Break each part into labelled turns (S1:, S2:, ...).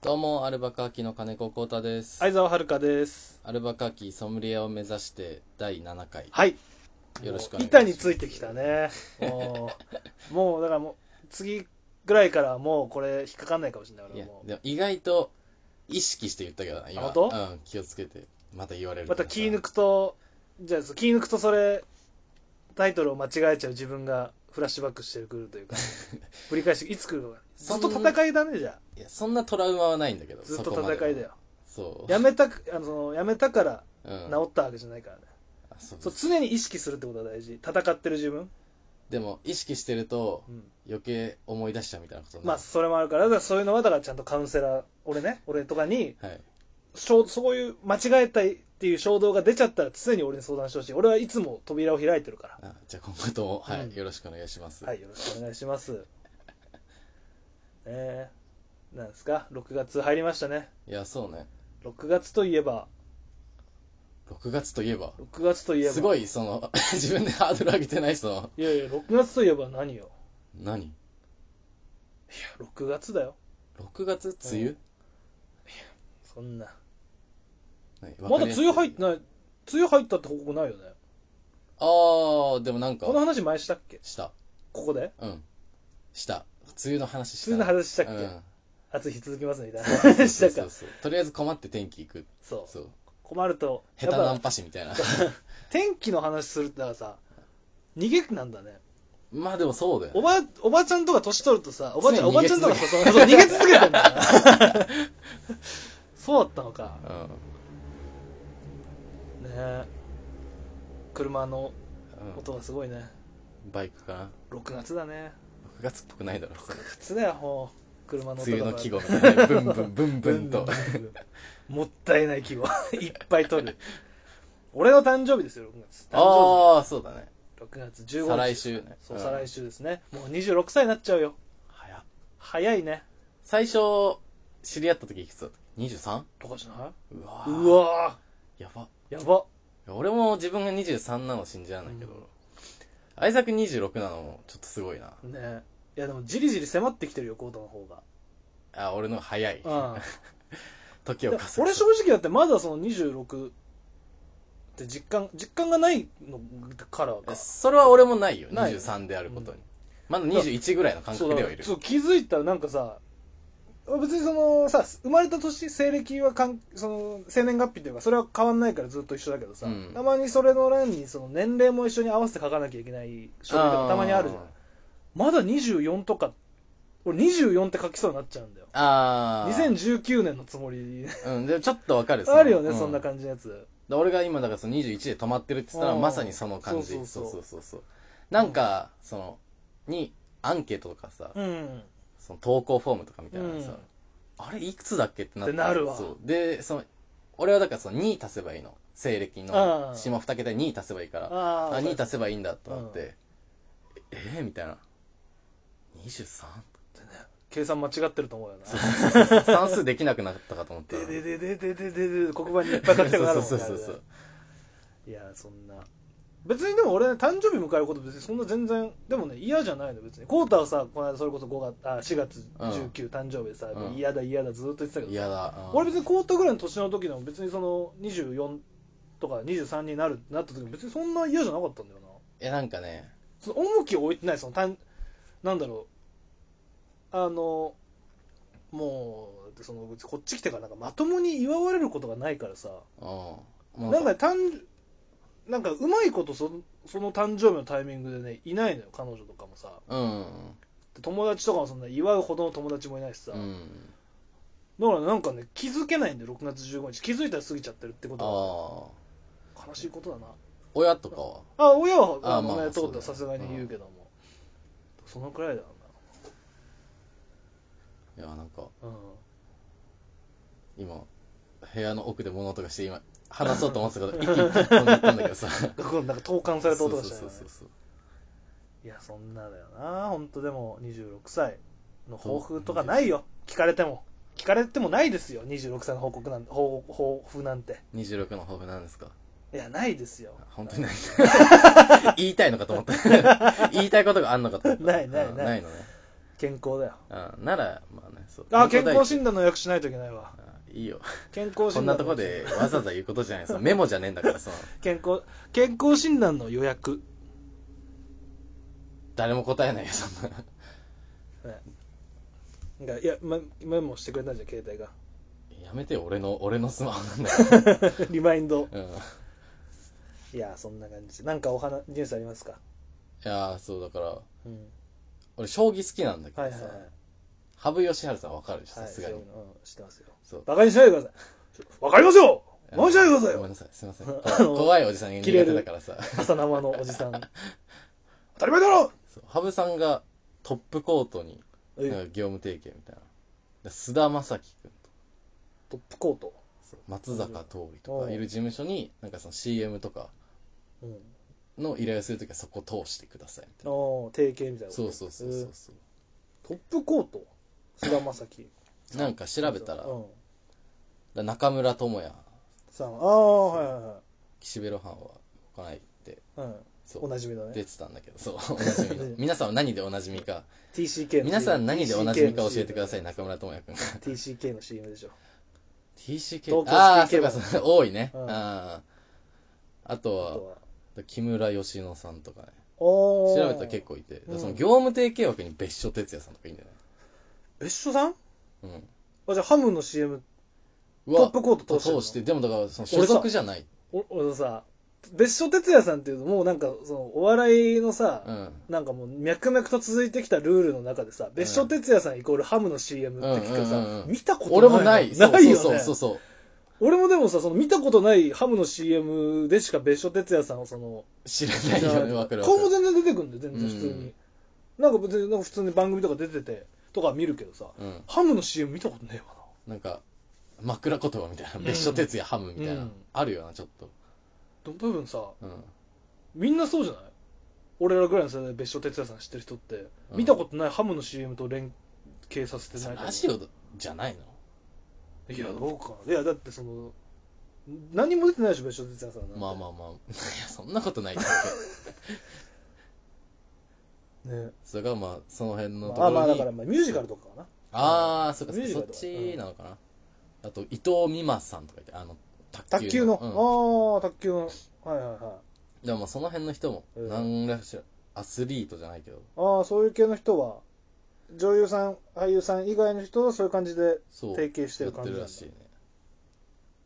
S1: どうも、アルバカーキの金子幸太です。
S2: 相沢遥です。
S1: アルバカーキソムリエを目指して第7回。
S2: はい。
S1: よろしくお願いします。
S2: 板についてきた ね。もう、もうだからもう、次ぐらいからはもうこれ引っかかんないかもしれない。
S1: い
S2: 俺
S1: や
S2: も、
S1: でも意外と意識して言ったけどな、今。
S2: あ本当
S1: うん、気をつけて。また言われる。
S2: また気抜。くと、じゃあ気抜くとそれ、タイトルを間違えちゃう自分がフラッシュバックしてくるとい うか、繰り返して、いつ来るのか。ずっと戦いだね、じゃ
S1: いや、そんなトラウマはないんだけど、
S2: あ。ずっ
S1: そ
S2: と
S1: こまでは
S2: 戦いだよ。。
S1: そう。
S2: やめたく、あの、そのやめたから
S1: うん。
S2: 治ったわけじゃないからね。
S1: あそう
S2: そう、常に意識するってことは大事。戦ってる自分。
S1: でも、意識してると
S2: う、ん
S1: 余計思い出しちゃうみたいなことに
S2: ま
S1: な
S2: あ、
S1: る
S2: それもあるから、だからそういうのは、だからちゃんとカウンセラー、俺ね、俺とかに、
S1: はい。
S2: 衝そういう間違えたいっていう衝動が出ちゃったら常に俺に相談してほしい俺はいつも扉を開いてるか
S1: あじゃあ、今後とも、は
S2: うん
S1: い、よろしくお願いします。
S2: らはいよろしくお願いしますねえなんですか6月入りましたね
S1: いや、そうね。
S2: 6月といえば
S1: 6月といえば、
S2: 6月といえば
S1: すごい、その、 自分でハードル上げてない、その、
S2: いやいや6月といえば何よ
S1: 何
S2: いや6月だよ
S1: ?6 月梅雨、
S2: そんな
S1: はい
S2: まだ梅雨入って
S1: い
S2: ない梅雨入ったって報告ないよね
S1: あーでもなんか
S2: この話前したっけ
S1: した
S2: ここで
S1: うんした梅雨の話した
S2: 梅雨の話したっけ
S1: うん
S2: 暑い日続きますねみたいな
S1: そうそう
S2: 話 し
S1: そう
S2: た
S1: そ
S2: か
S1: うそうとりあえず困って天気行く
S2: そう
S1: そう
S2: 困ると
S1: 下手ナンパ師みたいな
S2: 天気の話するってのはさ逃げなんだね
S1: まあでもそうだよね、
S2: おばおばちゃんとか年取るとさおばちゃんお
S1: 常
S2: ば
S1: に
S2: ちゃんと
S1: 逃げ続
S2: か
S1: け
S2: さそうそう逃げ続けてんだよな そうだったのか
S1: うん
S2: ねえ車の
S1: う
S2: 音がすごいね
S1: ん、バイクかな
S2: 6月だね
S1: 6月っぽくないだろそれ
S2: 6月だよもう車の音
S1: 梅雨
S2: が
S1: の季語みたいなブンブンブンブンと
S2: もったいない季語 いっぱい取る俺の誕生日ですよ6月 誕
S1: ああそうだね
S2: 生日6月15日
S1: 再来週ね
S2: そう
S1: うん
S2: 再来週ですねもう26歳になっちゃうよ
S1: 早っ
S2: 早いね
S1: 最初知り合った時いくつだった 23?
S2: とかじゃないう
S1: わー
S2: うわ
S1: やば
S2: ーやば
S1: いや俺も自分が23なの信じられないけど、
S2: うん
S1: 愛作26なのもちょっとすごいな
S2: ねいやでもじりじり迫ってきてるよコートの方が
S1: あ俺の方が早い、
S2: うん
S1: 時を
S2: で
S1: 重ねて
S2: 俺正直だってまだその26って実感実感がないのからか
S1: それは俺もないよ
S2: ない
S1: 23であることに、
S2: うん
S1: まだ21ぐらいの感
S2: そう
S1: 覚で
S2: だ
S1: はいる
S2: そう気づいたらなんかさ別にそのさ生まれた年西暦はかんその生年月日というかそれは変わんないからずっと一緒だけどさ、
S1: うん
S2: たまにそれの欄にその年齢も一緒に合わせて書かなきゃいけない書類とかたまにあるじゃんまだ24とか俺24って書きそうになっちゃうんだよ
S1: あーあー
S2: 2019年のつもり
S1: うんでもちょっとわかる
S2: あるよね、
S1: う
S2: そんな感じのやつ。
S1: で俺が今だからその21で止まってるって言ったら
S2: うん
S1: まさにその感じ
S2: そうそうそう
S1: そうそうそうなんか、そのにアンケートとかさ、
S2: うん。
S1: その投稿フォームとかみたいなのさ、
S2: うん
S1: あれいくつだっけってなって
S2: ってなるわ
S1: そうでその俺はだからその2足せばいいの西暦
S2: う
S1: の
S2: ん
S1: 下2桁に2足せばいいから
S2: あ
S1: あ
S2: あ、
S1: 2
S2: た
S1: 足せばいいんだと思って、ええーみたいな 23?
S2: 計算間違ってると思うよな。
S1: 算数できなくなったかと思った
S2: でででででででで、黒板にいっぱい書きたくなるもんね
S1: そうそうそうそう
S2: いや、そんな。別にでも俺、誕生日迎えること別にそんな全然、でもね、嫌じゃないの別に。コータはさ、この間それこそ5月、あ、4月19誕生日でさ
S1: う、ん
S2: 嫌だ嫌だずっと言ってたけどさ、
S1: 嫌だ、うん
S2: 俺別にコータぐらいの年の時でも別にその24とか23になる、なった時も別にそんな嫌じゃなかったんだよな。
S1: えなんかね
S2: その重きを置いてないそのたんなんだろうあのもうそのこっち来てからなんかまともに祝われることがないからさ
S1: うんもう
S2: なんかたんなんかうまいことそのその誕生日のタイミングでねいないのよ彼女とかもさ
S1: うん
S2: で友達とかもそんな祝うほどの友達もいないしさ、
S1: うん
S2: だからなんかね気づけないんだよ6月15日気づいたら過ぎちゃってるってこ
S1: あ
S2: と
S1: あ
S2: が悲しいことだな
S1: 親とかは
S2: あ親は
S1: あ
S2: あ
S1: まあ
S2: おめでとう
S1: そうだ
S2: と
S1: ね
S2: さすがに言うけども、そのくらいだろ
S1: いやなんか
S2: うなうん
S1: 今部屋の奥で物音がして今話そうと思ってたけど一気に飛んじゃったんだけどさ
S2: なんか投函された音がしたよ
S1: そう
S2: ね
S1: そうそう
S2: いやそんなだよな本当でも26歳の抱負とかないよ聞かれても聞かれてもないですよ26歳の報告なんて抱抱負なんて
S1: そう26の抱負なんですか
S2: いやないですよ
S1: 本当にない 言いたいのかと思った言いたいことがあんのかと思った
S2: ないないない
S1: うんないのね
S2: 健康だよ
S1: あなら、まあね、そう。
S2: あ健康診断の予約しないといけないわ
S1: あいいよ。
S2: 健康診断
S1: こんなとこでわざわざ言うことじゃないです よ。メモじゃねえんだから、その、
S2: 健康健康診断の予約
S1: 誰も答えないよ、そんな。
S2: がいや、ま、メモしてくれたんじゃん携帯 が
S1: やめてよ、俺の、俺のスマホなんだから。
S2: リマインド
S1: うん。い
S2: いやそんな感じなんかお話ニュースありますか
S1: やー、そう、だから、
S2: うん
S1: 俺、将棋好きなんだけ
S2: はい
S1: ど
S2: はい
S1: さ、
S2: はい
S1: 羽生善治さんわかるでしょ、
S2: は
S1: さ
S2: い
S1: すが
S2: そう
S1: に
S2: いう。のうん知ってますよ
S1: そう。
S2: バカにしないでくださいわかりますよマジじゃないでください
S1: ごめん
S2: よ
S1: なさい、すいません。
S2: あ
S1: 怖
S2: の
S1: い怖いおじさんが苦手だから さ。
S2: 朝生のおじさん当たり前だろ
S1: そう羽生さんがトップコートに、
S2: え
S1: なんか業務提携みたいな。で菅田将暉君と
S2: トップコート、
S1: そう松坂桃李とかいる事務所に、なんかその CM とか
S2: うん、
S1: の依頼をするときはそこ通してくださいみたい
S2: の提携みたい
S1: な。
S2: な
S1: そうそうそうそう
S2: え
S1: そう。
S2: ートップコート菅田将暉
S1: なんか調べたら、
S2: うん、
S1: だ中村智也、
S2: さんああはいはいは
S1: 岸辺露伴は来ないって、
S2: い、うん、
S1: そ
S2: お
S1: う、
S2: なじみだね
S1: 出てたんだけど、そう、おなじみ の。皆さんは何でおなじみか、
S2: TCK の
S1: 皆さん何でおなじみか教えてくださ
S2: い
S1: い、中村智也君が。
S2: TCK の CM でしょ
S1: TCK?
S2: 東京
S1: ああ、
S2: スキ
S1: そ
S2: ー
S1: う
S2: 競馬
S1: か、そうか、多いね。
S2: うん
S1: あーあと
S2: あ
S1: は
S2: と、は
S1: 木村佳乃さんとかね。
S2: お
S1: 調
S2: ー
S1: べたら結構いて、だからその
S2: うん
S1: 業務提携枠に別所哲也さんとかいいんじ
S2: 別所さん
S1: ゃない
S2: あじゃあハムの CM
S1: うん。
S2: トップコー
S1: と
S2: ト通してるの
S1: 通して、でもだから、その所
S2: 俺さ
S1: 属じゃない。
S2: お俺さ別所哲也さんっていうのもうなんかそのお笑いのさ、
S1: うん。
S2: なんかもう脈々と続いてきたルールの中でさ別所哲也さんイコールハムの CM って聞くけどさ、
S1: うんうんうんうん
S2: 見たことない
S1: 俺もない。そう
S2: ないよね
S1: そうそうそう。
S2: 俺もでもさその見たことないハムの CM でしか別所哲也さんをその
S1: 知らないよね、わかるわか
S2: 顔も
S1: る。
S2: 全然出てくるんだよ全然普通に、
S1: うん
S2: なんか別になんか普通に番組とか出ててとか見るけどさ、
S1: うん。
S2: ハムの CM 見たことねえわ
S1: な
S2: な
S1: んか、枕言葉みたいな。
S2: うん。
S1: 別所哲也ハムみたいうなんあるよな、ちょっと。
S2: ど多分さ
S1: うん。
S2: みんなそうじゃない俺らぐらいの世代で別所哲也さん知ってる人って、
S1: うん
S2: 見たことないハムの CM と連携させてないと思う
S1: ラジオじゃないの
S2: いやどうかないやだってその何も出てないでしょ別所哲也さんなんて
S1: まあまあまあ。い や、そんなことないけど。
S2: ね
S1: それがまあ、その辺のとこ
S2: まあまあ
S1: ろ
S2: だ
S1: に
S2: からまあミュージカルとかかな
S1: あー、そっかそっ
S2: ミュー
S1: か、
S2: ジ
S1: そっ
S2: カルとか
S1: ちなのかな。あと、伊藤美誠さんとかいて、あの、卓球
S2: 卓球の、
S1: うん
S2: ああ卓球のはいはいは
S1: でもまあその辺の人も、
S2: うん
S1: 何らしら、アスリートじゃないけど、
S2: いああそういう系の人は女優さん俳優さん以外の人はそういう感じで
S1: そう、
S2: 提携してる感じ
S1: やってる
S2: なんだ
S1: らしいね。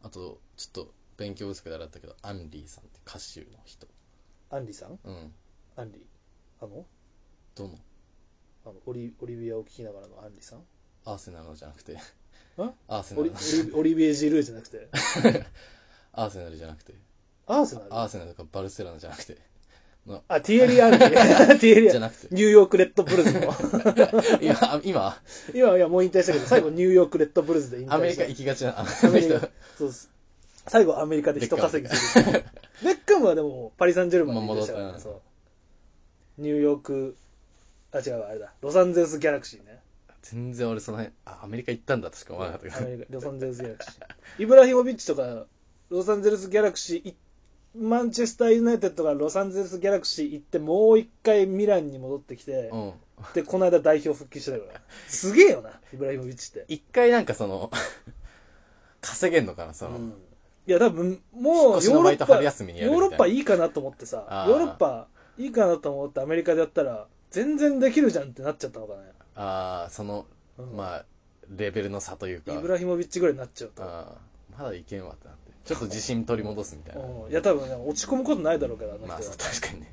S1: あと、ちょっと、勉強不足で習ったけど、アンリーさんって歌手の人。
S2: アンリさん
S1: うん。
S2: アンリあの
S1: どの
S2: あのオリオリビアを聞きながらのアンリさん
S1: アーセナルのじゃなくて。アーセナ
S2: オ
S1: ル
S2: リ
S1: の。
S2: オリオリビエ・ジルーじゃなく て、
S1: アーセナルじゃなくて。
S2: アーセナル
S1: アーセナルとかバルセロナじゃなくて。
S2: あ、ティエリアンリテ ィエ
S1: じ
S2: リア
S1: ゃ
S2: ン
S1: なくて。
S2: ニューヨーク・レッドブルズの。
S1: 今、あ今、
S2: 今、いや、もう引退したけど、最後ニューヨーク・レッドブルズで引退した。
S1: アメリカ行きがちな、あ
S2: ア
S1: の
S2: メリ
S1: 人
S2: カ。そうです。最後、アメリカで人稼ぎする。ベッカムはでも、パリ・サンジェルマンに移籍したから
S1: まあ
S2: ね、
S1: 戻
S2: そ
S1: っ
S2: う。ニューヨーク、あ、違うわ、あれだ。ロサンゼルス・ギャラクシーね。
S1: 全然俺その辺、あ、アメリカ行ったんだとしか思わなかったけど
S2: ア。メリカ、ロサンゼルス・ギャラクシー。イブラヒモビッチとか、ロサンゼルス・ギャラクシーい、マンチェスター・ユナイテッドがロサンゼルス・ギャラクシー行って、もう一回ミランに戻ってきて、
S1: うん。
S2: で、この間代表復帰してたから。すげえよな、イブラヒモビッチって。
S1: 一回なんかその、 稼げんのかな、その、
S2: うんいや、多分、も
S1: 引っ
S2: う、
S1: 越し
S2: ヨ
S1: の
S2: ーロ
S1: バイ
S2: ッ
S1: ト
S2: パ、
S1: 春
S2: ヨ
S1: 休みにやるみ
S2: ー
S1: たいな
S2: ロッパいいかなと思ってさ
S1: あ、ー
S2: ヨーロッパいいかなと思ってアメリカでやったら、全然できるじゃんってなっちゃったのかね。
S1: ああ、その、
S2: うん
S1: まあ、レベルの差というか、
S2: イブラヒモビッチぐらいになっちゃうと。
S1: あーまだいけんわってなって、ちょっと自信取り戻すみ たいな。
S2: うんいや、多分ね、落ち込むことないだろうから、あの人
S1: ま
S2: は
S1: あ、。そう確かにね。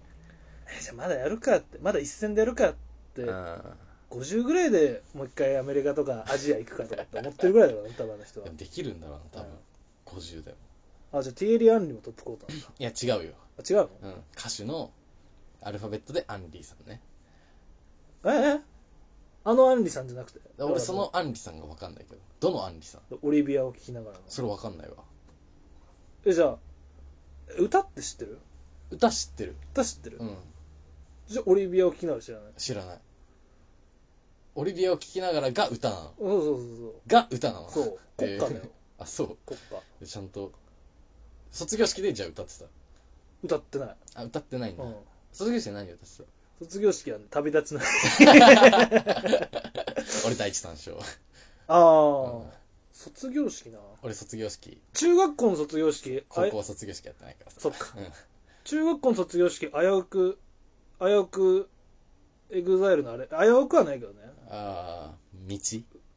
S2: えじゃあまだやるかって、まだ一戦でやるかって、
S1: うん
S2: 50ぐらいでもう一回アメリカとかアジア行くかとかって思ってるぐらいだからね、多分あの人は
S1: でも。できるんだろうな、多分、50でも。
S2: あ、じゃあ、ティエリ・アンリもトップコートなんだ。
S1: いや、違うよ。
S2: あ、違うの
S1: うん。歌手のアルファベットでアンリーさんね。
S2: ええあのアンリさんじゃなくて
S1: 俺、そのアンリーさんがわかんないけど、どのアンリーさん
S2: オリビアを聴きながらの
S1: それわかんないわ。
S2: えじゃあ歌って知ってる
S1: 歌知ってる。
S2: 歌知ってる、
S1: うん。
S2: じゃあオリビアを聴きながら知らない
S1: 知らない。オリビアを聴きながらが歌なの。
S2: そうそうそう
S1: が歌なの。
S2: そうそう国歌だよ
S1: あ、そう。
S2: 国歌
S1: でちゃんと、卒業式でじゃあ歌ってた。
S2: 歌ってない、
S1: あ、歌ってないん
S2: う
S1: だ。
S2: ん、
S1: 卒業式で何歌ってた
S2: 卒業式は、ね、旅立 ちの
S1: 俺第一短所
S2: ああ、卒業式な
S1: 俺卒業式
S2: 中学校の卒業式あ
S1: 高
S2: い
S1: 校卒業式やってないからさ
S2: そっか
S1: うん
S2: 中学校の卒業式危うく危うくエグザイルのあれ危うくはないけどね
S1: ああ道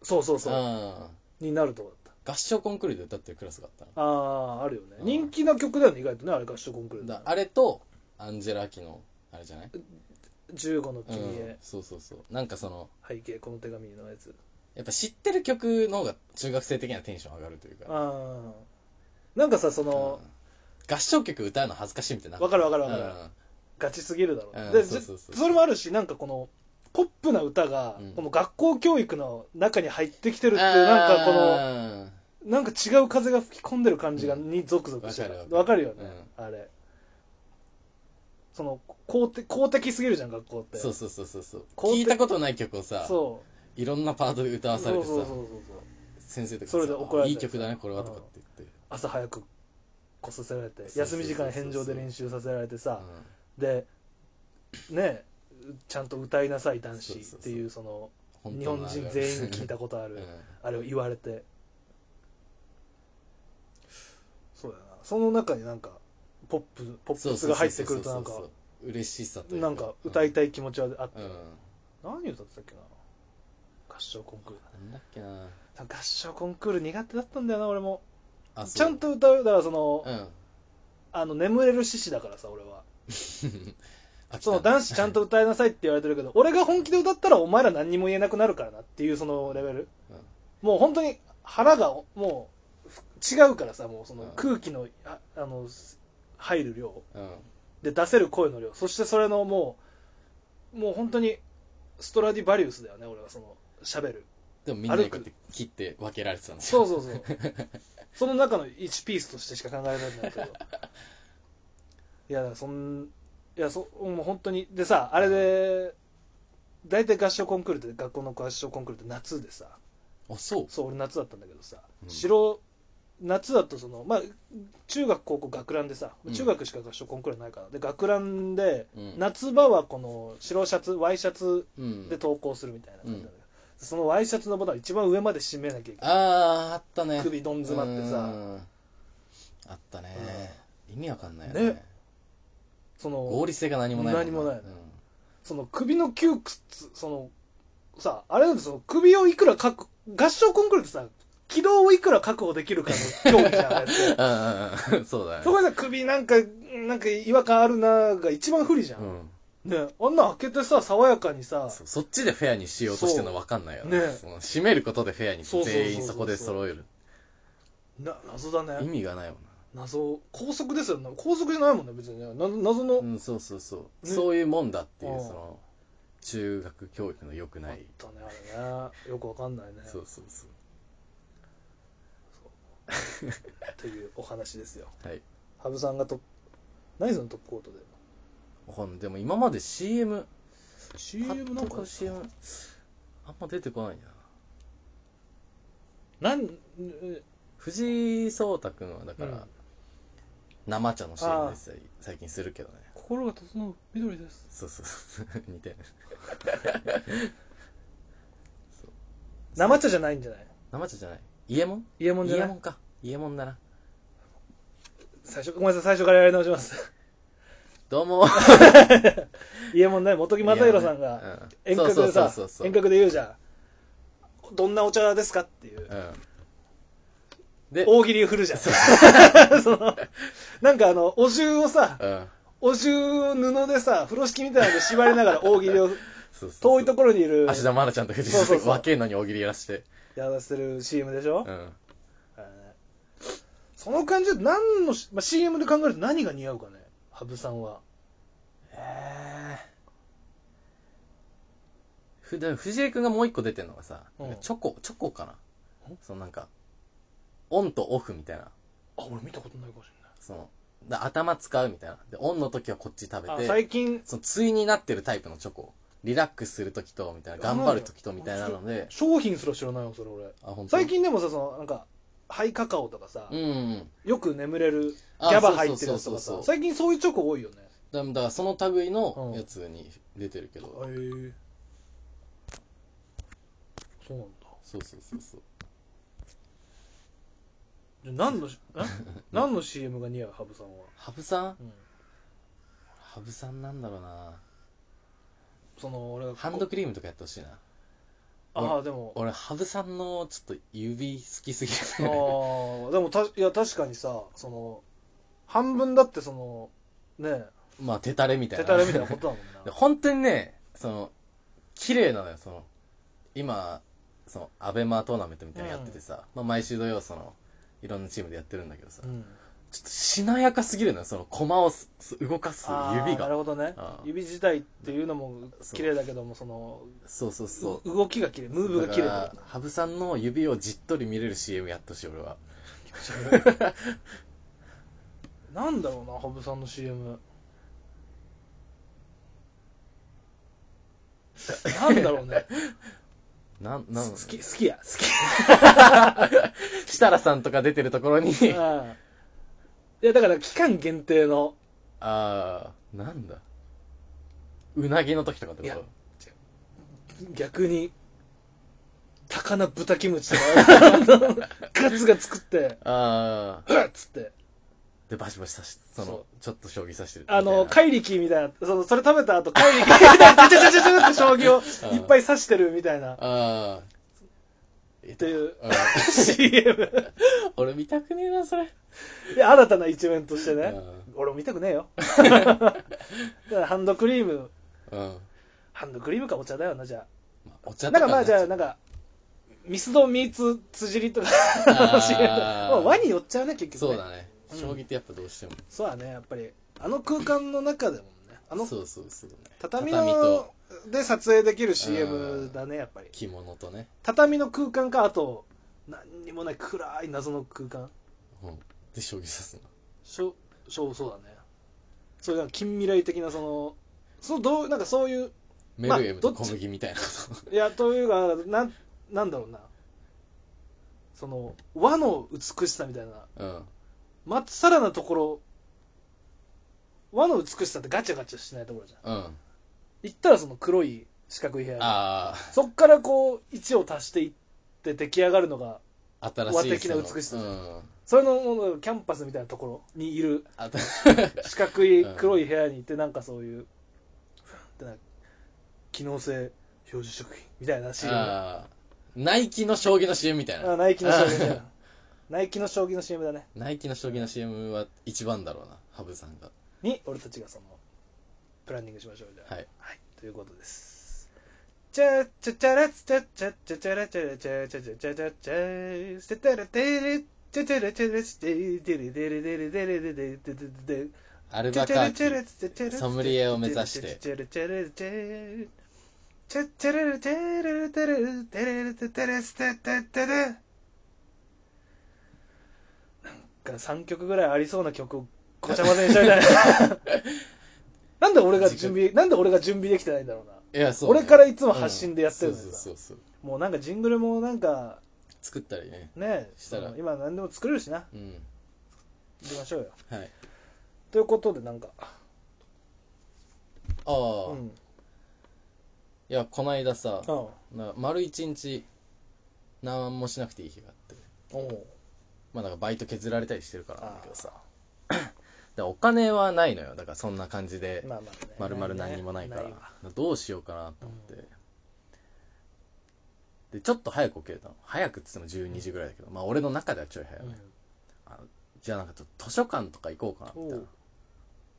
S2: そうそうそう
S1: あ
S2: になるとこだっ
S1: ー合唱コンクールで歌ってるクラスがあったの
S2: たあああるよね
S1: うん
S2: 人気な曲だよね意外とねあれ合唱コンクールで
S1: だあれとアンジェラ・アキのあれじゃない、
S2: 15の
S1: う
S2: 君
S1: ん
S2: へ、
S1: そうそうそうなんかその
S2: 背景この手紙のやつ
S1: やっぱ知ってる曲の方が中学生的なテンション上がるというか
S2: ああなんかさその
S1: うん合唱曲歌うの恥ずかしいみたいな
S2: わかるわかるわかるガチすぎるだろう、で
S1: うんそう
S2: じ
S1: そうそう
S2: それもあるしなんかこのポップな歌が、
S1: うん
S2: この学校教育の中に入ってきて
S1: う
S2: る
S1: ん
S2: っていうなんかこの
S1: あ
S2: なんか違う風が吹き込んでる感じが、
S1: うん
S2: にゾクゾクして
S1: わかるわかる
S2: わかるよね、あれその公的公的すぎるじゃん学校って
S1: ーそうそうそうそうそう
S2: こう
S1: 聞いたことない曲をさ
S2: そ
S1: いろんなパートで歌
S2: う
S1: わされてさ
S2: そうそうそうそう
S1: 先生とかさ
S2: それで怒られたり
S1: いい曲だねこれはとかって言って、
S2: 朝早くこさせられ
S1: そ
S2: て
S1: うそうそ
S2: 休
S1: うそう
S2: み時間返上で練習させられてさ、
S1: うん
S2: でねちゃんと歌いなさい男子っていうその
S1: 本
S2: 日
S1: 当
S2: 本
S1: のある
S2: 人
S1: ある
S2: 全員に聞いたことある、
S1: う
S2: あれを言われてそうだなその中になんかポップポ
S1: ん
S2: ップスが入ってくると
S1: そ
S2: な
S1: うんそう
S2: か
S1: そうそう嬉しさという
S2: なんか歌いたい気持ちはあって、
S1: うん、うん
S2: 何歌ってたっけな合唱コンクール
S1: なんだっけな
S2: だ合唱コンクール苦手だったんだよな俺も
S1: あそう
S2: ちゃんと歌うだからその、
S1: うん
S2: あの眠れる獅子だからさ俺は
S1: 飽きた
S2: その男子ちゃんと歌いなさいって言われてるけど俺が本気で歌ったらお前ら何にも言えなくなるからなっていうそのレベル
S1: うん
S2: もう本当に腹がもうふ違うからさもうその
S1: うん
S2: 空気のああのす入る量
S1: うん
S2: で出せる声の量そしてそれのもうもう本当にストラディバリウスだよね俺はその喋る
S1: でもみんなでこうやって切って分けられてたんです
S2: そ
S1: よ
S2: うそうそうその中の1ピースとしてしか考えられないんだけどいやそんいやそもう本当にでさあれで大体合唱コンクールって学校の合唱コンクールって夏でさ
S1: あそう
S2: そう俺夏だったんだけどさ、
S1: うん
S2: 白夏だとそのまあ中学高校学ランでさ
S1: うん
S2: 中学しか合唱コンクールないからで学ランで
S1: うん
S2: 夏場はこの白シャツワイシャツ
S1: うん
S2: で投稿するみたいな感じなんだけど、そのワイシャツのボタンを一番上まで締めなきゃいけない
S1: あああったね
S2: 首どん詰まってさ
S1: うんあったね意味わかんないよね
S2: ねそ
S1: 合
S2: の
S1: 理性が何もないん
S2: 何もないよねその首の窮屈そのさあれなんてその首をいくら確合唱コンクールってさ軌道をいくら確保できるかの競技じゃんあれって
S1: うんうんうんうんそうだね
S2: そこでさ首なんかなんか違和感あるなが一番不利じゃん、
S1: うん
S2: ねあんな開けてさ爽やかにさ
S1: そそっちでフェアにしようとしてるの分かんないよね
S2: ね
S1: その締めることでフェアに
S2: そうそうそうそう
S1: 全員そこで揃える
S2: な謎だ
S1: 意
S2: ね
S1: 味がないよ
S2: 謎高速ですよね高速じゃないもんね別にねな謎の、
S1: なうんそうそうそう
S2: ね
S1: そういうもんだっていう
S2: うん
S1: その中学教育の良く
S2: あ
S1: な
S2: っ
S1: い
S2: たねあれねよくわかんないね
S1: そうそうそう
S2: っていうお話ですよ
S1: はい
S2: 羽生さんがと何そのトップコートで
S1: ほんでも今まで CM
S2: CM なんか
S1: CM あんま出てこないな
S2: なん
S1: 藤井聡太君はだから、
S2: うん
S1: 生茶の CM
S2: あ
S1: で最最近するけどね
S2: 心が整う緑です
S1: そうそうそう 似てる
S2: 生茶じゃないんじゃない
S1: 生茶じゃない家門
S2: イエモンじゃ
S1: 家
S2: ない
S1: 門か家門だな
S2: 最初ごめんなさい最初からやり直します
S1: どうも
S2: イエモンね本木正宏さん
S1: 家
S2: が
S1: 門ねうん
S2: 遠隔
S1: そう
S2: でさ
S1: そうそうそう
S2: 遠隔で言うじゃんどんなお茶ですかっていう
S1: うんで
S2: 大喜利を振るじゃん そのなんかあのお重をさ
S1: うん
S2: お重を布でさ風呂敷みたいなので縛りながら大喜利を
S1: そうそうそう
S2: 遠いところにいる
S1: 芦田愛菜ちゃんと藤井
S2: そう
S1: 聡
S2: そう
S1: 太
S2: そう
S1: 君若えのに大喜利やらして
S2: やらせてる CM でしょ
S1: う、ん
S2: あれねその感じで何の、まあ、CM で考えると何が似合うかね羽生さんは
S1: へふで藤井君がもう一個出てるのがさ、
S2: うん
S1: なんかチョコチョコかなんそのなんかオンとオフみたいな
S2: あ俺見たことないかもしれ
S1: そのだ頭使うみたいなでオンの時はこっち食
S2: ないあ
S1: べて
S2: 最近
S1: その対になってるタイプのチョコリラックスする時とみたいな頑張る時とみたいなので
S2: 商品すら知らないよそれ俺
S1: あ本当
S2: 最近でもさそのなんかハイカカオとかさ、
S1: うんうん
S2: よく眠れるギ
S1: あ
S2: ャバ入ってるやつ
S1: そ
S2: と
S1: うそうそう
S2: か
S1: そ
S2: さ
S1: う
S2: 最近そういうチョコ多いよね
S1: だだからその類の
S2: うん
S1: やつに出てるけど、
S2: へえそうなんだ
S1: そうそうそうそう
S2: じゃあ何のしえ何の CM が似合う羽生さんは、
S1: 羽生さん
S2: うん
S1: 羽生さんなんだろうな
S2: その俺が
S1: ハンドクリームとかやってほしいな
S2: ああでも
S1: 俺羽生さんのちょっと指好きすぎ
S2: あ
S1: る
S2: あでもたいや確かにさその半分だってそのね
S1: まあ手たれみたい
S2: 手
S1: な
S2: たれみたいなことだもん
S1: で
S2: な
S1: 本当にねその綺麗なのよその今そのアベマトーナメントみたいなのやっててさ、まあ、毎週土曜そのいろんなチームでやってるんだけどさ、
S2: うん
S1: ちょっとしなやかすぎるのよその駒をすす動かす
S2: あー
S1: 指
S2: なる
S1: が
S2: ほどね
S1: うん
S2: 指自体っていうのも
S1: そう
S2: 綺麗だけどもその
S1: そうそうそう
S2: う動きが綺麗ムーブが綺麗
S1: だ
S2: だ
S1: から羽生さんの指をじっとり見れる CM やったしい俺は
S2: なんだろうな羽生さんの CM なんだろうね
S1: なん なん
S2: 好き好きや 好き
S1: 設楽さんとか出てるところに
S2: うんいやだから期間限定の
S1: ああなんだうなぎの時とかって
S2: い
S1: こ
S2: や
S1: と
S2: 逆に高菜豚キムチとか ガツガツ作って
S1: ああ
S2: うわっつって
S1: でバシバシ刺しその
S2: そう
S1: ちょっと将棋指してるみた
S2: あ
S1: いな
S2: の怪力みたいなそのそれ食べた後怪力みたいなちゃちゃちゃちゃって将棋をいっぱい指してるみたいな
S1: ああ。っ
S2: という
S1: ん
S2: CM
S1: 俺見たくねえな、それ。
S2: いや新たな一面としてね
S1: うん
S2: 俺も見たくねえ よだからハンドクリーム
S1: うん。ま
S2: ハンドクリームかお茶だよなじゃ
S1: あお
S2: あ
S1: 茶と
S2: な
S1: か
S2: んか
S1: に
S2: ま
S1: な
S2: あ
S1: っ
S2: じ
S1: ち
S2: ゃ
S1: ゃ
S2: あ
S1: う
S2: なんかミスドミーツつじりとか
S1: あー
S2: の CM もう輪に寄っちゃうね結局
S1: そうだね。
S2: うん
S1: 将棋ってやっぱどうしても。
S2: そうだねやっぱりあの空間の中でもんねあの
S1: そうそうそう。
S2: 畳
S1: 畳
S2: の
S1: と
S2: で撮影できる
S1: う
S2: CM
S1: ん
S2: だねやっぱり
S1: 着物とね。
S2: 畳の空間かあと何にもない暗い謎の空間
S1: うん。で、将棋指すの。
S2: しょしょそうだねそういう近未来的なそのそのどうなんかそういう
S1: メ
S2: まあ
S1: ルエムと
S2: どっ
S1: 小
S2: ち
S1: 麦みたいなこ
S2: いやというかなんなんだろうなその和の美しさみたいな
S1: と。 うん。
S2: まっさらなところ和の美しさってガチャガチャしないところじゃん
S1: うん。
S2: 行ったらその黒い四角い部屋で
S1: あ
S2: そっからこう1を足していって出来上がるのが
S1: あ。新
S2: 和
S1: しい
S2: 的
S1: そ
S2: な
S1: の。
S2: 美しさ
S1: うん。
S2: それのものキャンパスみたいなところにいる
S1: あた
S2: 四角い
S1: うん
S2: 黒い部屋にいてなんかそういうふんってなんか機能性表示食品みたいな CM
S1: あ
S2: あ
S1: ーナイキの将棋の CM みたいな。
S2: ナイキの将棋みたい
S1: あ
S2: なナイキの将棋の CM だね
S1: ー。ナイキの将棋の CM は一番だろうな、羽生さんが。
S2: に俺たちがそのプランニングしましょうじゃあ
S1: はい。
S2: はい、ということです。チャチャチャラチャチャチャチャラチャラチャチャチャチャチャチャチャチャラテレチャチャラチャラチャデレデレデレデレデレデレデレデレ
S1: アル
S2: チャ
S1: バ
S2: チ
S1: カ
S2: ャラ
S1: ー
S2: チャラ
S1: キ。
S2: チャチャラ
S1: ソムリエを目指して
S2: チャラチャラチャチャチャラチャラチャラチャラチャラチャラチャラなんか3曲ぐらいありそうな曲をごちゃ混ぜにしちゃうみたいななんで俺が準備なんで俺が準備できてないんだろうない
S1: や、そうね、
S2: 俺からいつも発信でやってる
S1: うん
S2: のよ
S1: そうそうそうそう。
S2: もうなんかジングルもなんか
S1: 作ったりね。
S2: ね
S1: したら
S2: その今何でも作れるしな
S1: うん。
S2: 行きましょうよ
S1: はい。
S2: ということでなんか
S1: ああ、
S2: う
S1: い
S2: ん
S1: や、こないださ、
S2: ああ
S1: な丸一日、何もしなくていい日があって、
S2: おう
S1: まあ、なんかバイト削られたりしてるからなんだけどさ
S2: あ、
S1: でお金はないのよ。だからそんな感じで、
S2: まあまあね
S1: まるまる何にもないから、
S2: わ
S1: どうしようかなと思って。で、ちょっと早く起きれたの。早くっつっても12時ぐらいだけど、まあ俺の中ではちょい早い、
S2: うん
S1: じゃあなんかちょっと図書館とか行こうかなみたい
S2: お
S1: な
S2: う。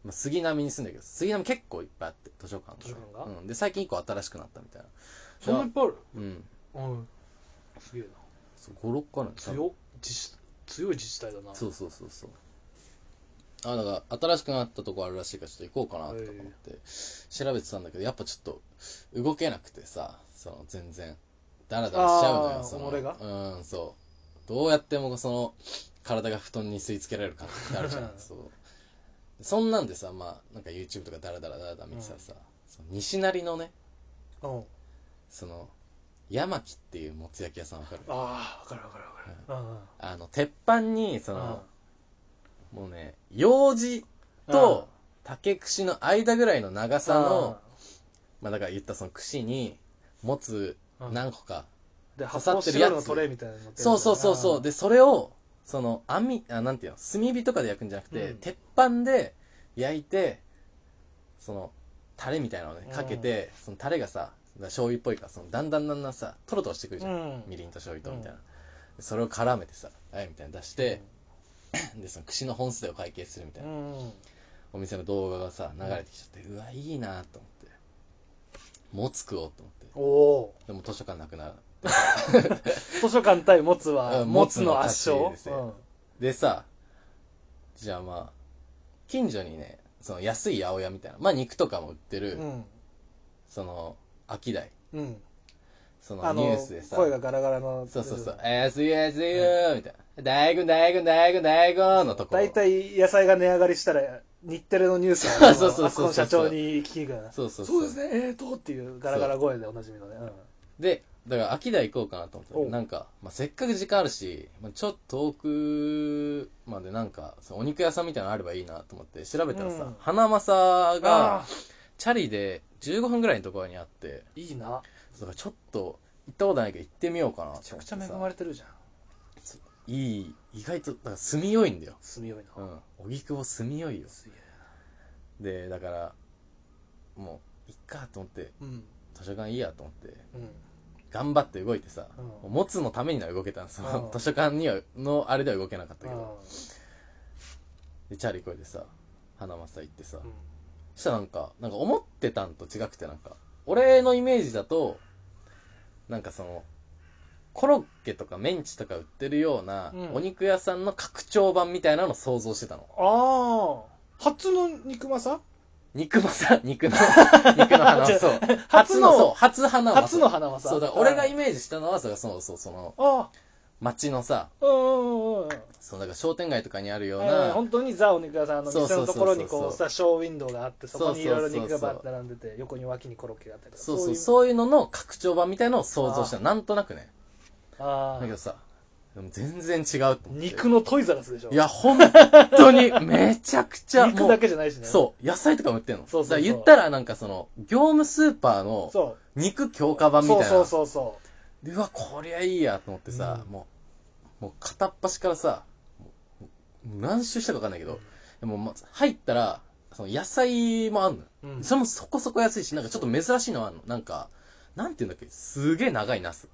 S1: まあ、杉並に住んでるけど、杉並結構いっぱいあって、図書館とか
S2: 図書館が
S1: うん。で、最近一個新しくなったみたいな。
S2: そんないっぱいある
S1: うん。
S2: うんすげえな
S1: そう5、6個あるんです
S2: 強っ自治強い自治体だな
S1: そううそうそうそう。あ、だから、新しくなったとこあるらしいから、ちょっと行こうかなとか思って、調べてたんだけど、やっぱちょっと、動けなくてさ、その、全然、ダラダラしちゃうの
S2: あ
S1: よ、
S2: ー
S1: その。
S2: 己が、
S1: うん、そう。どうやっても、その、体が布団に吸い付けられる感じってあるじゃん そう。そんなんでさ、まあ、なんか YouTube とかダラダラダラダラ見てたらさ、その西成のね、
S2: うん
S1: その、山木っていうもつ焼き屋さんわかる
S2: ああ分かる分かる分かるうんうん
S1: あの、鉄板に、その、もうね、用事と、竹串の間ぐらいの長さの、まあだから言ったその串に持つ
S2: あーうん
S1: 何個か。
S2: で
S1: 刺
S2: 発
S1: さ
S2: 泡
S1: って
S2: ス
S1: る
S2: チ
S1: や
S2: ロ
S1: つ
S2: ールのトレイみたいなの乗ってる
S1: そうそうそうそう。
S2: で
S1: で、それを、その網、あ、なんていうの、炭火とかで焼くんじゃなくて、
S2: うん
S1: 鉄板で焼いて、その、タレみたいなのをね、かけて、そのタレがさ、だから醤油っぽいから、そのだんだんだんだんさ、トロトロしてくるじゃん。
S2: うん
S1: みりんと醤油と
S2: うん
S1: みたいな、それを絡めてさはいみたいなの出して、でその串の本数を会計するみたいうな、
S2: ん
S1: お店の動画がさ流れてきちゃって、うわいいなと思ってもつ食おうと思って
S2: おお
S1: でも図書館なくなる
S2: ー図書館対モツは
S1: うん
S2: モツの圧
S1: モツの勝ち
S2: 勝
S1: ですよでさじゃあまあ近所にねその安い八百屋みたいなまあ肉とかも売ってる、
S2: うん
S1: その秋代
S2: うんうん
S1: そ
S2: あ
S1: のニュー
S2: の
S1: スでさ
S2: 声がガラガラの
S1: そうそうそう「安い安いよ」みたいな「大根大根大根大根」のところ
S2: 大体野菜が値上がりしたら日テレのニュース
S1: そうそうそう
S2: あそこの社長に聞きに行くから
S1: そうそう
S2: そ
S1: そうう
S2: ですねえーとっていうガラガラ声でおなじみのねうん
S1: で、だから秋田行こうかなと思っ
S2: お
S1: て、
S2: う
S1: なんか、まあ、せっかく時間あるし、まあ、ちょっと遠くまでなんか、そのお肉屋さんみたいなのあればいいなと思って調べたらさ、
S2: うん
S1: 花正が
S2: あ
S1: チャリで15分ぐらいのところにあって、
S2: ーいいな
S1: だからちょっと行ったことないけど行ってみようかなと思っ
S2: め
S1: て
S2: ち
S1: さ
S2: ゃくちゃ恵まれてるじゃん
S1: いい、意外と、だから住みよいんだよ。
S2: 住みよいな
S1: うん。荻窪住みよいよ。
S2: すげえ
S1: で、だから、もう、いっかと思って、
S2: うん
S1: 図書館いいやと思って、
S2: うん
S1: 頑張って動いてさ、
S2: う
S1: 持つのためには動けたんですよ、
S2: うん
S1: 図書館にはのあれでは動けなかったけど、
S2: う
S1: でチャーリーこいでさ花正行ってさ、
S2: ん
S1: そしたらなんかなんか思ってたんと違くてなんか俺のイメージだとなんかそのコロッケとかメンチとか売ってるような、
S2: うん
S1: お肉屋さんの拡張版みたいなのを想像してたの
S2: ああ初の肉まさ
S1: 肉の さ肉の肉の花
S2: 違う
S1: そう
S2: 初の
S1: そう初花正
S2: 初の花正
S1: そうだから俺がイメージしたのはそうそうそうその
S2: あ
S1: 街のさ
S2: あうんうんうんうん
S1: そうだから商店街とかにあるよう
S2: はいはい
S1: な
S2: 本当にザ・お肉屋さんの
S1: そう
S2: 店
S1: そうそうそ
S2: のと
S1: うそう
S2: ころにこうさショーウィンドウがあってそこにいろいろ肉が
S1: そうそう
S2: バ
S1: そう
S2: ーッと並んでて横に脇にコロッケがあったりとか
S1: そうそう、
S2: う
S1: そういうのの拡張版みたいのを想像したのなんとなくね。
S2: いうあ
S1: だ
S2: あ
S1: けどさ、でも全然違うと思って。
S2: 肉のトイザラスでしょ
S1: いや、本当に、めちゃくちゃ、
S2: 肉だけじゃないしね
S1: そう、野菜とかも売ってんの。
S2: そうそうそう
S1: だから言ったら、なんかその、業務スーパーの
S2: そ
S1: 肉強化
S2: う
S1: 版みたいな。
S2: そうそうそう
S1: でうわ、こりゃいいやと思ってさ、
S2: うん
S1: もう、もう片っ端からさ、もう何周したかわかんないけど、でもま入ったら、その野菜もあんのよ。
S2: そう、うん、
S1: それもそこそこ安いし、なんかちょっと珍しいのはあんの。なんか、なんていうんだっけ、すげえ長いナス。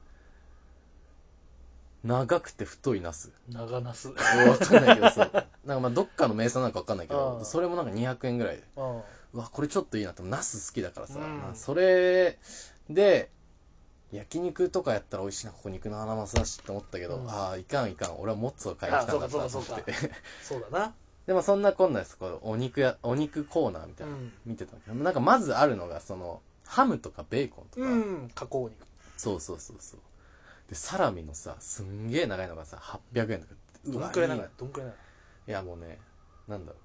S1: 長くて太いナス。
S2: 長ナスうん
S1: わかんないけど さ。なんかまあどっかの名産なんかわかんないけ
S2: う
S1: ど、
S2: ん
S1: それもなんか200円ぐらいで。
S2: あ
S1: うわ、これちょっといいなと。ナス好きだからさ。
S2: うん
S1: まあそれで、焼肉とかやったら美味しいな、ここ肉の花マスだしって思ったけど、
S2: うん
S1: ああ、いかんいかん。俺はモッツを買いに来たんだ
S2: あそうか
S1: と
S2: そう
S1: 思
S2: か
S1: って。
S2: そうだな
S1: でもそんなこんなです、こうお肉や、お肉コーナーみた
S2: う
S1: いな。
S2: ん、
S1: 見てたんだけどなんかまずあるのがそのハムとかベーコンとか、
S2: うん、加工肉
S1: そうそうそうそうでサラミのさすんげえ長いのがさ800円とかう
S2: ど
S1: わ
S2: んくらい長
S1: い
S2: いどんくらい長い
S1: いやもうねなんだろ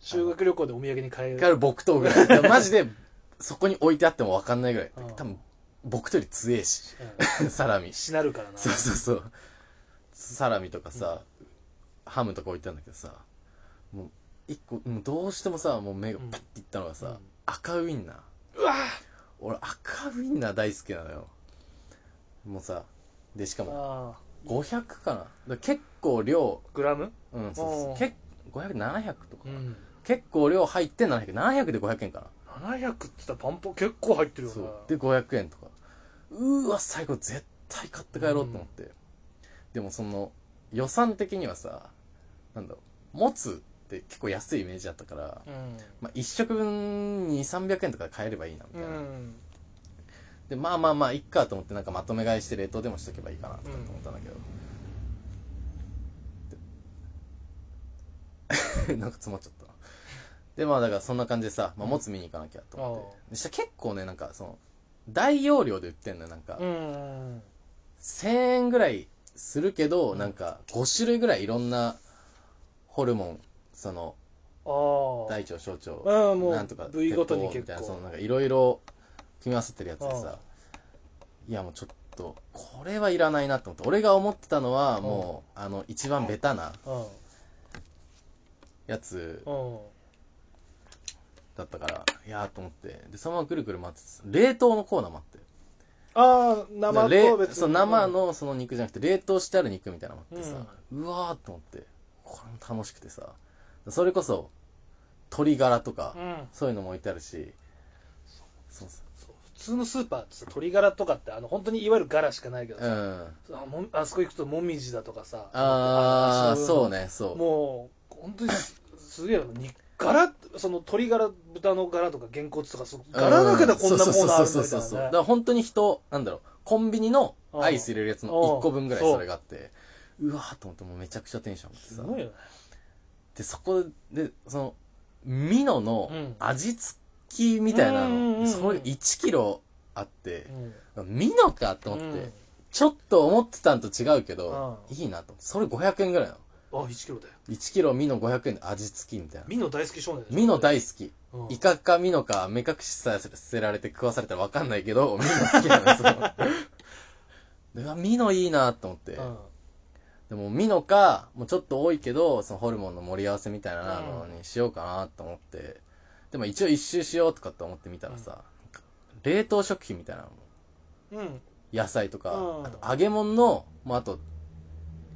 S2: 修学旅行でお土産に買え
S1: うか
S2: る
S1: る木刀ぐ らいでもマジでそこに置いてあっても分かんないぐらい
S2: うん
S1: 多分木刀より強えし
S2: うん
S1: サラミ
S2: しなる からな
S1: そうそうそうサラミとかさ、ハムとか置いてあるんだけどさもう一個もうどうしてもさもう目がパッていったのがさ、
S2: うん
S1: 赤ウインナー
S2: うわ
S1: 俺赤ウインナー大好きなのよもうさでしかも
S2: あ
S1: 500かなだから結構量
S2: ーグラム
S1: うんそうそう
S2: おー
S1: 結500700とか、
S2: うん
S1: 結構量入って700700で500円か
S2: 700って言ったらパンポ結構入って
S1: な
S2: るよ
S1: そう
S2: な
S1: で500円とかうーわ最後絶対買って帰ろうと思って、でもその予算的にはさなんだろう持つって結構安いイメージだったから、
S2: うん
S1: まあ、1食分2300円とかで買えればいいなみ
S2: う
S1: たいな、
S2: ん
S1: でまあまあまあいっかと思ってなんかまとめ買いして冷凍でもしとけばいいかなとかって思ったんだけど、で なんか詰まっちゃったなでまあだからそんな感じでさ、まあ、もつ見に行かなきゃと思って、でしたら結構ねなんかその大容量で売ってんのよなんか、
S2: うん
S1: 1000円ぐらいするけど、
S2: うん
S1: なんか5種類ぐらいいろんなホルモンその
S2: ああ
S1: 大腸小腸
S2: うんも
S1: なんとか
S2: う部位ごとに
S1: 鉄砲み
S2: 結
S1: たいなその
S2: 構
S1: なんかいろいろ組み合わせてるやつでさいやもうちょっとこれはいらないなと思って俺が思ってたのはもうあの一番ベタな
S2: うん
S1: やつ
S2: うん
S1: だったから、いやーと思って、で、そのままぐるぐる待ってた冷凍のコーナー待って。
S2: ああ、生と
S1: れ
S2: 別
S1: そう生のその肉じゃなくて冷凍してある肉みたいなのもあってさ、うわーと思ってこれも楽しくてさそれこそ鶏ガラとか、
S2: うん
S1: そういうのも置いてあるしそうそ
S2: 普通のスーパーってさ鶏ガラとかってあの本当にいわゆるガラしかないけど
S1: うう
S2: さ、
S1: ん
S2: あもあそこ行くともみじだとかさ
S1: ああ
S2: の足の
S1: そうねそう
S2: もう本当にすすげえよなに柄その鶏ガラ豚の柄とかげんこつとかそう柄だけでこんなものあ
S1: そう
S2: るん
S1: そう
S2: だみ
S1: そうそうそう
S2: た
S1: だ
S2: い
S1: か
S2: なね
S1: ら本当に人なんだろうコンビニの
S2: うん
S1: アイス入れるやつの1個分ぐらい
S2: うん
S1: それがあってうわーと思ってもうめちゃくちゃテンション上がって
S2: す
S1: さ
S2: ごいよね
S1: でそこでそのミノの
S2: うん
S1: 味付きみたいな
S2: うんうんうんう
S1: の
S2: ん
S1: それ1キロあって
S2: うん
S1: ミノかと思ってちょっと思ってたんと違うけど
S2: うん
S1: いいなとそれ500円ぐらいなの
S2: うんあ1キロだよ
S1: 1キロミノ500円で味付きみたいな
S2: ミノ大好き少年
S1: ミノ
S2: 好
S1: 大好き
S2: き
S1: イカかミノか目隠しさせられて食わされたら分かんないけどミノ好きなの そうでうわミノいいなと思ってでもミノか、もうちょっと多いけど、そのホルモンの盛り合わせみたいなのにしようかなと思って、でも一応一周しようとかって思ってみたらさ、冷凍食品みたいなのも、
S2: うん
S1: 野菜とか、
S2: うん
S1: あと揚げ物の、もうあと、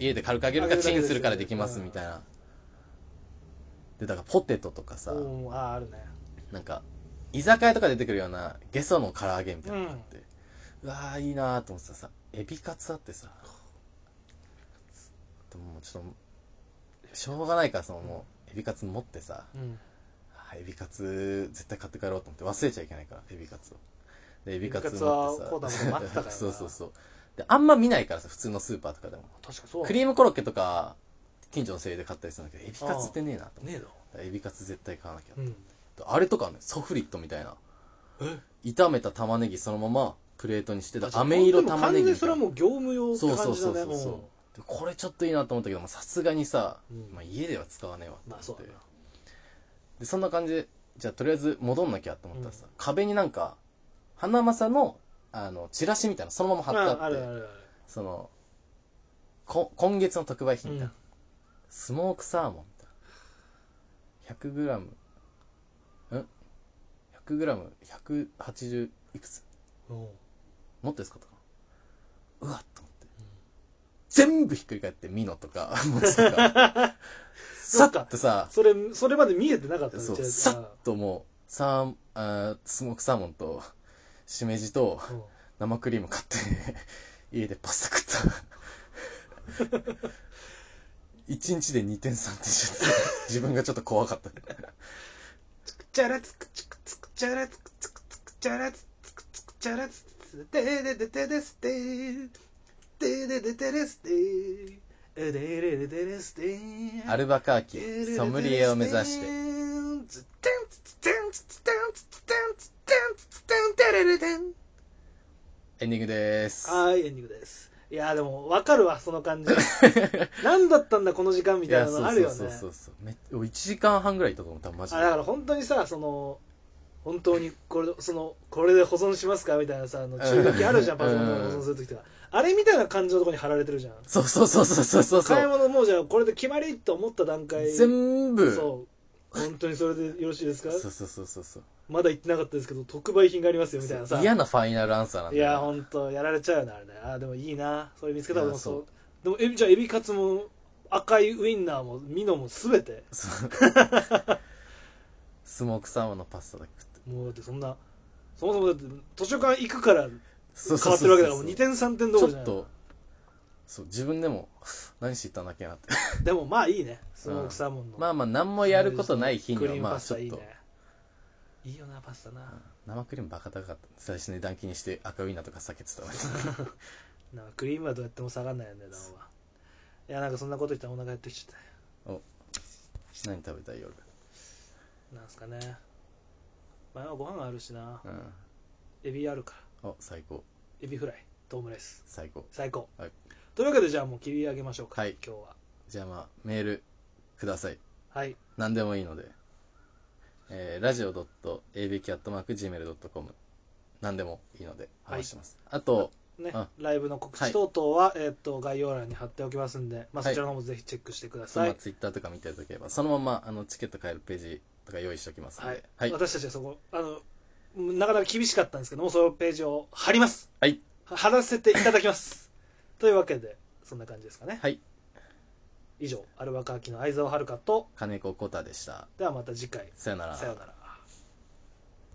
S1: 家で軽く揚げる
S2: 揚げ
S1: か
S2: る
S1: チ
S2: だけですよ
S1: ンするからできますみたいな。で、だからポテトとか
S2: う
S1: さ、
S2: んあああるね
S1: なんか、居酒屋とか出てくるようなゲソの唐揚げみたいなのがあって、うわーいいなーと思ってたさ、エビカツあってさ、でももうちょっと、しょうがないからそのもう、エビカツ持ってさ、
S2: うん
S1: あーエビカツ絶対買って帰ろうと思って忘れちゃいけないから、エビカツを。で、エビカツ持ってさ、
S2: エビカツはこうだもん待ってたから な
S1: そうそうそう。で、あんま見ないからさ、普通のスーパーとかでも。
S2: 確かそうだ
S1: クリームコロッケとか、近所の声優で買ったりするんだけど、エビカツってねえなと思って。
S2: ねえだ
S1: だからエビカツ絶対買わなきゃ。
S2: うん
S1: あれとかね、ソフリットみたいな。
S2: え
S1: 炒めた玉ねぎそのままプレートにしてた
S2: あ。じゃあ
S1: 飴色玉ねぎ
S2: 完全
S1: み
S2: にそ
S1: たい
S2: れ
S1: な
S2: は。もう業務用って
S1: そうそ
S2: 感
S1: う
S2: じ
S1: そ
S2: だ
S1: う
S2: ね
S1: そうそう。でこれちょっといいなと思ったけども、さすがにさ、
S2: うん
S1: まあ、家では使わねえわと
S2: まあ
S1: 思って、
S2: そうだな
S1: でそんな感じで、じゃあとりあえず戻んなきゃと思ったらさ、壁になんか、花正のあのチラシみたいなのそのまま貼ってあ
S2: うんあ
S1: って、
S2: るあるある
S1: そのこ、今月の特売品みたいな、
S2: うん
S1: スモークサーモンみたいな。100g、ん ?100g180 いくつ
S2: うん
S1: もっと安かったかなうわっと思って、全部ひっくり返ってミノとかモツとかさっとさ
S2: それそれまで見えてなかったね
S1: そう
S2: じゃあ
S1: さっともうサーあースモークサーモンとしめじと
S2: うん
S1: 生クリーム買って 家でパスタ食った1日で2点3点しちゃった 自分がちょっと怖かった
S2: つくちゃらつくちくつくちゃらつくつくつくちゃらつくつくちゃらつつででででですでででででですでででででですで
S1: アルバカーキソムリエを目指してエンディングです
S2: はいエンディングですいやでも分かるわそ の感じ何だったんだこの時間みたいなのあるよね
S1: いやそうそうそうそうめっ1時間半ぐらいいたと思ったマジで
S2: あだから本当にさその本当にこれそのこれで保存しますかみたいなさあの注意書きあるじゃ
S1: う
S2: ん
S1: ん
S2: パソコンの保存するときとかあれみたいな感じのとこに貼られてるじゃん
S1: そうそうそうそうそうそう
S2: 買い物もうじゃあこれで決まりと思った段階
S1: 全部
S2: そう本当にそれでよろしいですか
S1: そうそうそうそうそう
S2: まだ言ってなかったですけど特売品がありますよみたいなさ
S1: 嫌なファイナルアンサーなん
S2: い
S1: だよ
S2: や本当やられちゃうよねあれねあでもいいなそれ見つけた
S1: い
S2: らも
S1: や
S2: うそう
S1: そう
S2: でもエビじゃあエビカツも赤いウインナーもミノも全て
S1: そう スモークサーモンのパスタだけ食って
S2: もうだってそんなそもそもだって図書館行くから
S1: そう
S2: 変
S1: そう
S2: わっ
S1: そ
S2: てる
S1: う
S2: わ
S1: そう
S2: けだからもう2点3点ど
S1: ちょ
S2: ころじゃな
S1: っ
S2: い
S1: とそう自分でも何してたんだっけなって
S2: でもまあいいねスモークサーモンの、
S1: まあまあ何もやることない日に
S2: ク
S1: は
S2: リーム
S1: ま
S2: パ
S1: あち
S2: ス
S1: ょ
S2: タ
S1: っ
S2: いいね
S1: と
S2: いいよなパスタな
S1: 生クリームバカ高かった最初値段気にして赤ウインナーとか避けてたのに
S2: なんかクリームはどうやっても下がんないよね段はいやなんかそんなこと言ったらお腹減ってきちゃっ
S1: 何食べたい夜
S2: たなんすかねまあご飯あるしな
S1: うん
S2: エビあるから
S1: お最高
S2: エビフライとオムライス
S1: 最高
S2: 最高、
S1: はい
S2: というわけでじゃあもう切り上げましょうか、
S1: はい
S2: 今日は
S1: じゃあまあメールください
S2: はい
S1: 何でもいいので、えー、radio.abk.gmail.com 何でもいいので
S2: はい
S1: 話します、あと
S2: ね
S1: あ、
S2: ライブの告
S1: は
S2: 知
S1: い
S2: 等々は、えっと概要欄に貼っておきますんで、ま
S1: は
S2: あ、そ
S1: い
S2: ちらの方もぜひチェックしてくだ
S1: その
S2: さい、
S1: ツイッターとか見ていただければそのままあのチケット買えるページとか用意しておきますんで
S2: はい、
S1: はい。
S2: 私たちはそこあのなかなか厳しかったんですけどもそのページを貼ります
S1: はい
S2: 貼らせていただきます というわけでそんな感じですかね
S1: はい。
S2: 以上アルバカーキの相沢遥と
S1: 金子コタでした。
S2: ではまた次回
S1: さよなら。
S2: さようなら